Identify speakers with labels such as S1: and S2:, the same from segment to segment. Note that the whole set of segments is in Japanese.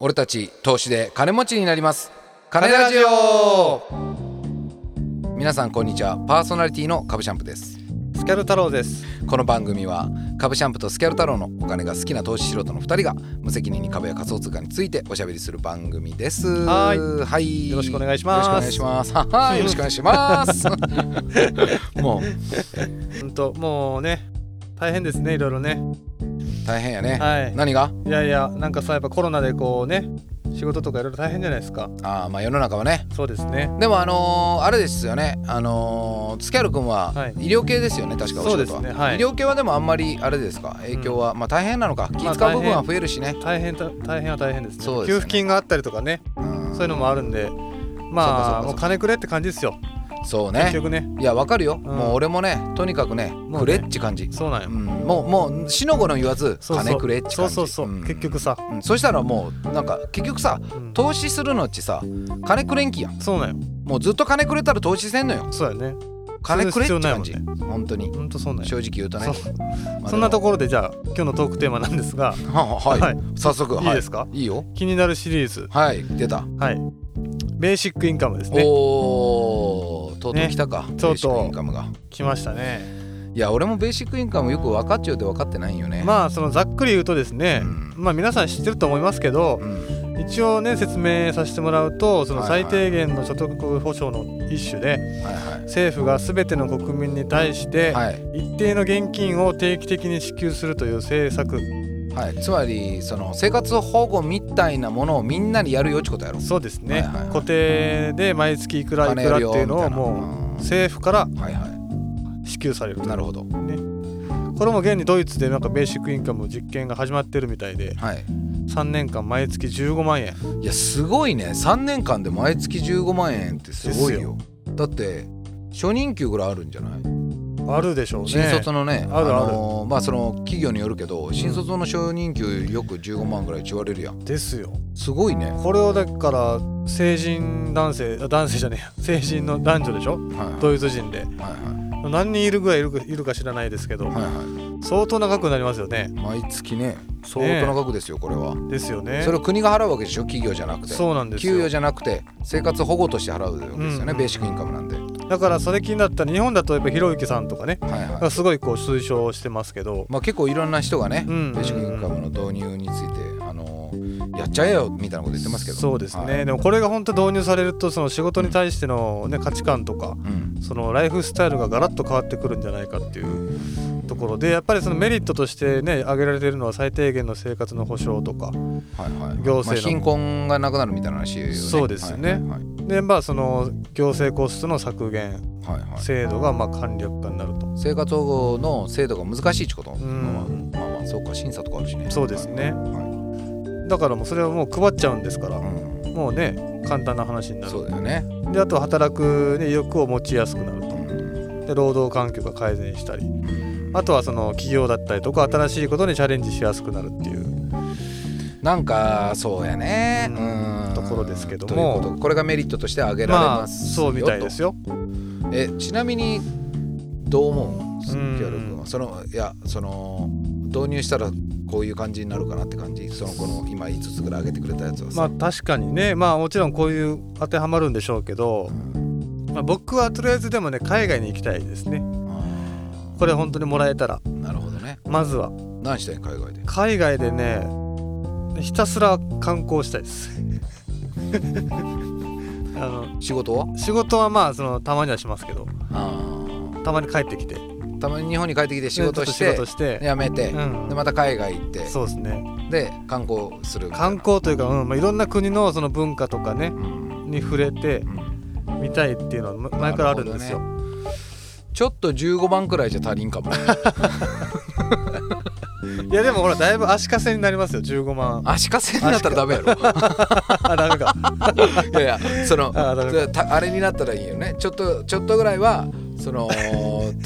S1: 俺たち投資で金持ちになります金ラジオ皆さんこんにちはパーソナリティのカブシャンプです
S2: スキャル太郎です。
S1: この番組は株シャンプとスキャル太郎のお金が好きな投資素人の2人が無責任に株や仮想通貨についておしゃべりする番組です
S2: はー
S1: いはい
S2: よろしくお願いします
S1: よろしくお願いしますははよろしくお願いします もう
S2: 本当もうね大変ですねいろいろね。
S1: 大変やね、
S2: はい。
S1: 何が
S2: いやいやなんかさやっぱコロナでこうね仕事とかいろいろ大変じゃないですか。
S1: あーまあ世の中はね
S2: そうですね。
S1: でもあのーあれですよねあのースキャル君は
S2: はい
S1: 医療系ですよね、確かお仕事は
S2: そうですねはい
S1: 医療系はでもあんまりあれですか影響は、まあ大変なのか気使う部分
S2: まあ大
S1: は
S2: 変
S1: 増えるしね、
S2: 大変た大変は大変ですね。
S1: そうですね
S2: 給付金があったりとかね
S1: うん
S2: そういうのもあるんで。まあ
S1: そうかそうかそうか
S2: もう金くれって感じですよ。
S1: そう
S2: 結
S1: ね
S2: 局ね。
S1: いやわかるよ、
S2: ん
S1: もう俺もねとにかくね
S2: ね
S1: くれっち感じ
S2: そうなんよ
S1: う。ん、もうもうしのごの言わず
S2: そうそう
S1: 金くれっち
S2: そ
S1: 感
S2: う
S1: じ
S2: そうそう。
S1: ん
S2: 結局さ。
S1: うんそしたらもうなんか結局さ
S2: うん
S1: 投資するのっちさ金くれんきやん
S2: そうなんよ。
S1: もうずっと金くれたら投資せんのよ
S2: そうだよね。
S1: 金くれって
S2: そうです
S1: 感
S2: 必
S1: じ、
S2: 要ない
S1: 本当に
S2: 本当そうなんよ。
S1: 正直言うとね
S2: そう
S1: まあ
S2: そんなと
S1: で
S2: ころでじゃあ今日のトークテーマなんですが、
S1: もはあはい、
S2: はい
S1: 早速はい
S2: いですか？
S1: いいよ
S2: 気になるシリーズ。
S1: はい出た、
S2: はい。ベーシックインカムですね。
S1: おーとうとう来たか、ベ
S2: と
S1: ー
S2: う
S1: シ
S2: とう
S1: ックインカムが
S2: 来ましたね。
S1: いや俺もベーシックインカムよく分かっちゃうて分かってないんよね
S2: まあそのざっくり言うとですね、
S1: うん
S2: まあ皆さん知ってると思いますけど
S1: う、ん
S2: 一応ね説明させてもらうと、その
S1: はいはい
S2: 最低限の所得保障の一種で、
S1: はい
S2: 政府がすべての国民に対して
S1: はいはい
S2: 一定の現金を定期的に支給するという政策。
S1: はい、つまりその生活保護みたいなものをみんなにやるよっちことやろ
S2: そうですね。
S1: はいはいはい
S2: 固定で毎月いくらいくらっていうのをもう政府から
S1: うんはいは
S2: 支給される
S1: い。なるほど
S2: これも現にドイツでなんかベーシックインカムの実験が始まってるみたいで
S1: はい
S2: 3年間毎月15万円
S1: いやすごいね3年間で毎月15万円ってすごいよだって初任給ぐらいあるんじゃない、
S2: あるでしょうね
S1: 新卒のね
S2: あるある
S1: のーまあその企業によるけど新卒の初任給よく15万ぐらいって言われるやん
S2: ですよ
S1: すごいねは
S2: これをだから成人男性あ男性じゃねえや成人の男女でしょ
S1: いはい
S2: ドイツ人で
S1: はい
S2: 何人いるぐらいいるかいるか知らないですけど
S1: はいはいは
S2: 相当長くなりますよね
S1: い毎月ね相当な額ですよこれは、
S2: ですよね
S1: それを国が払うわけでしょ企業じゃなくて
S2: そうなんです
S1: 給与
S2: よ
S1: じゃなくて生活保護として払うわけですよね、
S2: うんうん
S1: ベーシックインカムなんではい
S2: だからそれ気になったら日本だとやっぱひろゆきさんとかね
S1: はい
S2: すごいこう推奨してますけど
S1: まあ結構いろんな人がね、
S2: うんうんうん
S1: ベーシックインカムの導入についてあのーやっちゃえよみたいなこと言ってますけど
S2: そうですね、
S1: はい
S2: でもこれが本当導入されるとその仕事に対しての、ね、価値観と
S1: う
S2: か
S1: ん
S2: そのライフスタイルがガラッと変わってくるんじゃないかっていうところでやっぱりそのメリットとしてね挙げられているのは最低限の生活の保障とか
S1: はいはい、
S2: 行政の
S1: まあ、貧困がなくなるみたいな話よ、ね、
S2: そうですね
S1: はいはい
S2: でまあその行政コストの削減
S1: はいはいはい
S2: 制度がまあ簡略化になると
S1: 生活保護の制度が難しいってこと、
S2: ん
S1: まあまあそうか審査とかあるしね
S2: そうですね
S1: は
S2: だからもうそれはもう配っちゃうんですから
S1: いうん
S2: もうね簡単な話にな
S1: そう
S2: る
S1: だよね、
S2: であと働く、ね、意欲を持ちやすくなる
S1: う
S2: と
S1: ん
S2: で労働環境が改善したりあとはその企業だったりとか新しいことにチャレンジしやすくなるっていう
S1: なんかそうやね
S2: う
S1: うん
S2: んところですけど
S1: という
S2: も
S1: ことこれがメリットとして挙げられ
S2: ま
S1: ま
S2: あ
S1: す
S2: そうみたいですよ。
S1: よとえちなみにどう思うス
S2: うん
S1: キャル君はそのいやその導入したらこういう感じになるかなって感じそのこの今5つぐらい挙げてくれたやつはさ、
S2: まあ確かにねまあもちろんこういう当てはまるんでしょうけど、まあ、僕はとりあえずでもね海外に行きたいですね
S1: あ
S2: これ本当にもらえたら
S1: ーなるほどね
S2: まずは
S1: 何したい海外で
S2: 海外でねひたすら観光したいです あの
S1: 仕事は
S2: 仕事はまあそのたまにはしますけど
S1: あー
S2: たまに帰ってきて
S1: たまに日本に帰ってきて仕事し
S2: ちょ
S1: て
S2: っと仕事して、
S1: やめて、
S2: うん
S1: でまた海外行って
S2: そうですね
S1: で観光するみたいな
S2: 観光というか、うんまあ、いろんな国のその文化とかね
S1: うん
S2: に触れて
S1: うん
S2: みたいっていうのはま前からあるんですよ、
S1: なちょっと15万くらいじゃ足りん かも
S2: いやでもほらだいぶ足かせになりますよ15万
S1: 足か せになったらダメやろ
S2: あダメか
S1: いやいやその
S2: あ
S1: あ
S2: ーダメか
S1: あれになったらいいよねちょっとちょっとぐらいはそ の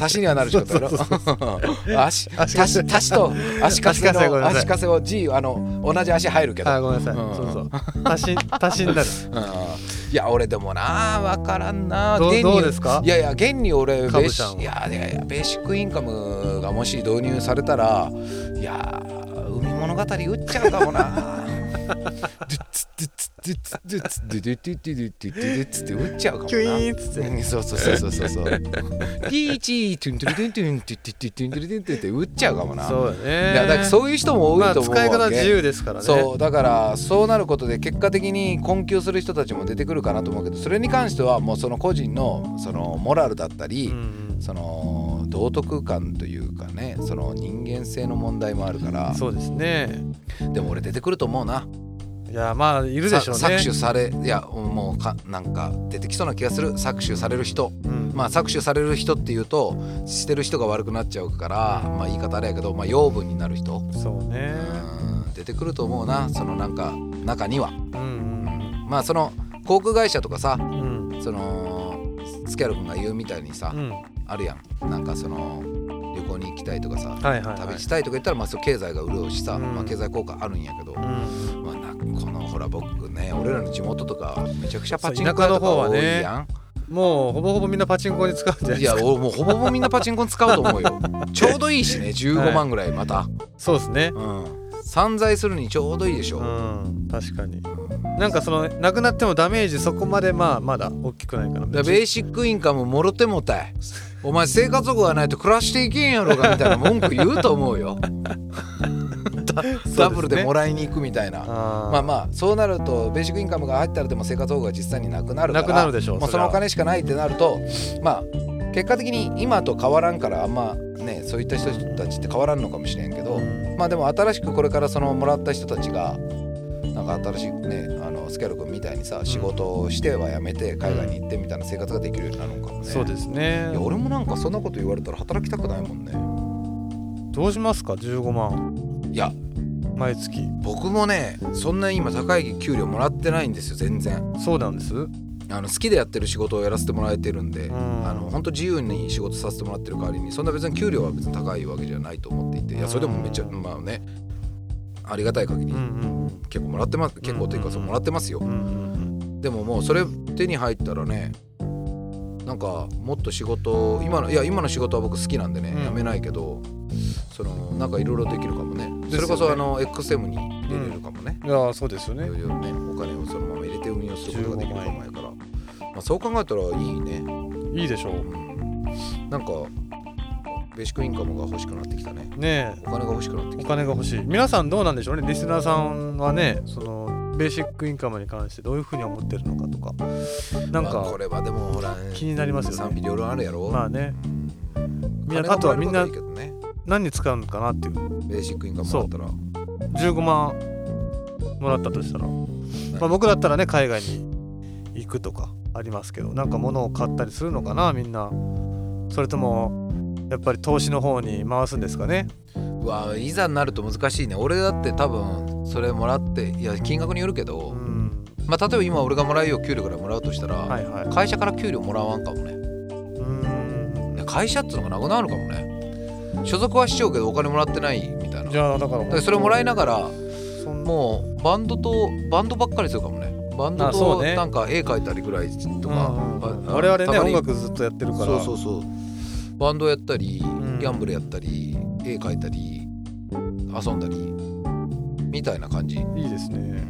S1: 足しにはなる仕事やろ 足
S2: 足か
S1: 足
S2: せ
S1: 足と足かせ
S2: 足かせごめん
S1: の
S2: なさい
S1: 足かせを G あの同じ足入るけど
S2: あごめんなさい、
S1: うん
S2: そうそう足し足しになる
S1: うんいや俺でもな分からんな
S2: どう
S1: 現に
S2: どうですか
S1: いやいや現に俺ベ
S2: カ
S1: ー
S2: ブちゃん
S1: シ
S2: は
S1: ンいやいやいやベーシックインカムがもし導入されたらいやー海物語売っちゃうかもなでドゥッツドゥッツドゥドゥドゥドゥドゥドゥドゥドゥッツって打っちゃうかもな
S2: キュイーンっつって、
S1: うんそうそうそうそうそうそうピーチートゥントゥルトゥントゥントゥッティッティッティントゥルトゥントゥンって打っちゃうかもな
S2: そう
S1: い
S2: だね
S1: やだからそういう人も多
S2: ま
S1: い
S2: あ
S1: と思う
S2: 使い方
S1: わ
S2: は
S1: け
S2: 自由ですからね
S1: そうだからそうなることで結果的に困窮する人たちも出てくるかなと思うけどそれに関してはもうその個人のそのモラルだったり、
S2: ん
S1: その道徳感というかねその人間性の問題もあるか
S2: う
S1: ら
S2: ん、そうですね
S1: でも俺出てくると思うない
S2: やまあいるでしょうね
S1: さ搾取されいやもうかなんか出てきそうな気がする搾取される人
S2: うん
S1: まあ搾取される人っていうとしてる人が悪くなっちゃうからまあ言い方あれやけどまあ養分になる人
S2: そうね
S1: うん出てくると思うなそのなんか中には
S2: うん
S1: まあその航空会社とかさ
S2: うんうん
S1: そのスキャル君が言うみたいにさ
S2: うん
S1: あるやんなんかその旅行に行きたいとかさ
S2: はいはいはい
S1: 旅したいとか言ったらまあそう経済が潤うしさ、
S2: うん
S1: まあ、経済効果あるんやけど、
S2: うん
S1: まあ、なこのほら僕ね俺らの地元とかめちゃくちゃパチンコ
S2: そう田舎の
S1: 屋とか
S2: 方は
S1: 多
S2: ね
S1: いや
S2: もうほぼほぼみんなパチンコに使うんじゃ
S1: ん、
S2: ない
S1: い
S2: で
S1: や
S2: すか
S1: 俺もうほぼほぼみんなパチンコに使うと思うよちょうどいいしね15万ぐらいまた、
S2: そうですね
S1: うん、散財するにちょうどいいでし
S2: う
S1: ょ、
S2: ん確かになんかそのなくなってもダメージそこまでまあまだ大きくないから
S1: だからベーシックインカムもろてもたいお前生活保護がないと暮らしていけんやろかみたいな文句言うと思う よダブルでも
S2: ら
S1: らいに行くみたいな
S2: あ
S1: まあ
S2: あ
S1: まあそうなるとベーシックインカムが入ったらでも生活保護が実際になくなるから
S2: なくなるでしょう
S1: もうそ
S2: それ
S1: の
S2: は
S1: お金しかないってなるとまあ結果的に今と変わらんからあんまねそういった人たちって変わらんのかもしれんけどまあでも新しくこれからそのもらった人たちがなんか新しいねあのスキャル君みたいにさ仕事をしては辞めて海外に行ってみたいな生活ができるようになるのかもね
S2: そうです
S1: い
S2: ね
S1: や俺もなんかそんなこと言われたら働きたくないもんね
S2: どうしますか15万
S1: いや
S2: 毎月
S1: 僕もねそんな今高い給料もらってないんですよ全然
S2: そうなんですうん
S1: あの好きでやってる仕事をやらせてもらえてるんで、
S2: ん
S1: あの本当自由に仕事させてもらってる代わりにそんな別に給料は別に高いわけじゃないと思っていていやそれでもめっちゃ
S2: うん
S1: まあねありがたい限り
S2: うん
S1: 結構もらってます結構というかそうもらってますよ
S2: うんうん
S1: でももうそれ手に入ったらねなんかもっと仕事今のいや今の仕事は僕好きなんでね、
S2: うん
S1: やめないけどそのなんかいろいろできるかもね
S2: です
S1: そ
S2: よね
S1: れこそあの XM に入れれるかもね、
S2: いやそうですよ
S1: い
S2: ね
S1: ろいろねお金をそのまま入れて運用することができるかもやから、まあ、そう考えたらいいね
S2: いいでしょ
S1: うんなんかベーシックインカムが欲しくなってきたね
S2: うねえ
S1: お金が欲しくなってき
S2: お
S1: た
S2: 金が欲しい皆さんどうなんでしょうねリスナーさんはねそのベーシックインカムに関してどういうふうに思ってるのかとかなん
S1: まあこ
S2: か
S1: れはでもほら
S2: 気になりますよね
S1: 賛否両論あるやろ、
S2: まあね
S1: うん
S2: みん
S1: 金
S2: な
S1: が
S2: あとはみんな
S1: もらえることはいいけどね
S2: 何に使うのかなっていう
S1: ベーシックインカムだったら
S2: 15万もらったとしたら、まあ、僕だったらね海外に行くとかありますけどなんか物を買ったりするのかなみんなそれともやっぱり投資の方に回すんですかね
S1: うわいざになると難しいね俺だって多分それもらっていや金額によるけど、
S2: うん
S1: まあ例えば今俺がもらえよう給料からもらうとしたら、
S2: はいはい
S1: 会社から給料もらわんかもね
S2: うん
S1: で会社っつうのがなくなるかもね所属はしちゃうけどお金もらってないみたいな
S2: じゃあだから
S1: だからそれもらいながら
S2: そん
S1: もうバンドとバンドばっかりするかもねバンド
S2: あそ
S1: と
S2: うね
S1: なんか絵描いたりぐらいとか、
S2: うんうん
S1: ば
S2: 我々ね
S1: たま
S2: 音
S1: に
S2: 楽ずっとやってるから
S1: そうそうそうバンドやったり、
S2: ん
S1: ギャンブルやったり絵描いたり遊んだりみたいな感じ、
S2: いいですね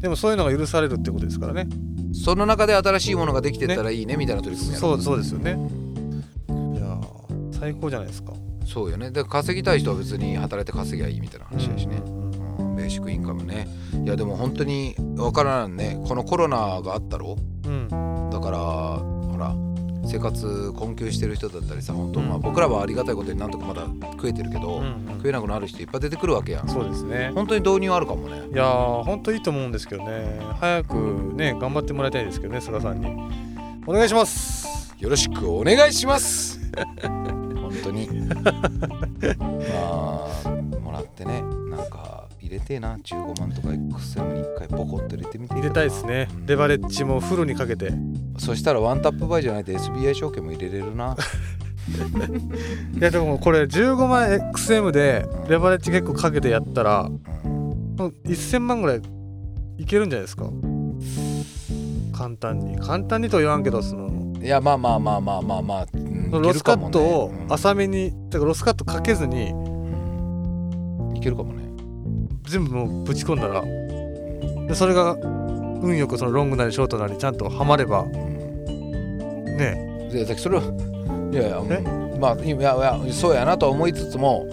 S2: でもそういうのが許されるってことですからね
S1: その中で新しいものができてったらいいねみたいな取り組みやろ
S2: そうそうですよねいやー最高じゃないですか
S1: そうよねで稼ぎたい人は別に働いて稼ぎゃいいみたいな話だしね、うんベーシックインカムねいやでも本当にわからんねこのコロナがあったろ
S2: うん
S1: だからほら生活困窮してる人だったりさ本当、まあ
S2: うん
S1: 僕らはありがたいことになんとかまだ食えてるけど、
S2: うんうん
S1: 食えなくなる人いっぱい出てくるわけやん
S2: そうですね
S1: 本当に導入あるかもね
S2: いやー本当いいと思うんですけどね早くね頑張ってもらいたいですけどね菅さんにお願いします
S1: よろしくお願いします本当にまあもらってねなんか入れてえな15万とか XM に1回ボコッと入れてみて
S2: 入れたいですね
S1: うん
S2: レバレッジもフルにかけて
S1: そしたらワンタップバイじゃないと SBI 証券も入れれるな
S2: いやでもこれ15万 XM でレバレッジ結構かけてやったら
S1: うん
S2: 1000万ぐらいいけるんじゃないですか簡単に簡単にとは言わんけどその
S1: いやまあまあまあまあまあまあ、うん
S2: ロスカット
S1: い
S2: を
S1: けるかもねうん
S2: 浅めにだからロスカットかけずに
S1: うんいけるかもね
S2: 全部もうぶち込んだらでそれが運よくそのロングなりショートなりちゃんとはまれば
S1: うん
S2: ね
S1: でだからそれはいやいや
S2: え
S1: うんまあいやいやそうやなとは思いつつも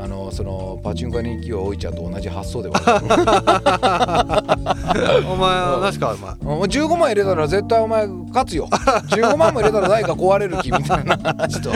S1: あのそのパチンコ屋に勢いを置いちゃんと同じ発想で は
S2: お前は確かお前
S1: もう15万入れたら絶対お前勝つ よ15万も入れたら台が壊れる気みたいな話 と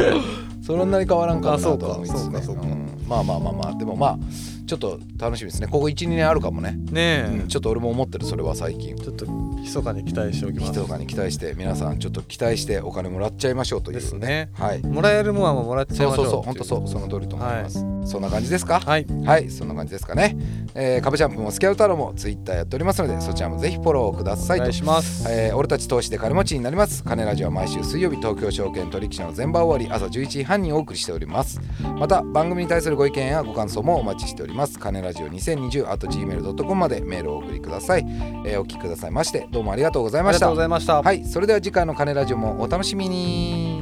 S1: そんなに変わらんかな
S2: あ
S1: と
S2: そうか
S1: は思いつつね
S2: そうかそうか
S1: うんまあまあまあまあでもまあちょっと楽しみですねここ12年あるかもね、
S2: ねえ、
S1: うんちょっと俺も思ってるそれは最近
S2: ちょっと密かに期待しておきます
S1: 密かに期待して皆さんちょっと期待してお金もらっちゃいましょうという
S2: ですね
S1: はい
S2: もらえるもんはもうもらっちゃい
S1: そ
S2: ま
S1: う
S2: しょ
S1: そううそう本当そうその通りと思います、そんな感じですか
S2: はい
S1: はい、そんな感じですかね。えー、カブチャンプもスキャウタロもツイッターやっておりますので、そちらもぜひフォローくださ
S2: お
S1: いと
S2: 願い。します、
S1: えー俺たち投資で金持ちになります金ラジオは毎週水曜日東京証券取引所の前場終わり朝11時半にお送りしておりますまた番組に対するご意見やご感想もお待ちしております金ラジオ2020 at gmail.com までメールをお送りください、えーお聞きくださいましてどうもありがとうござい
S2: あ
S1: ま
S2: りが
S1: し
S2: とう
S1: た
S2: ございました
S1: はいそれでは次回の金ラジオもお楽しみに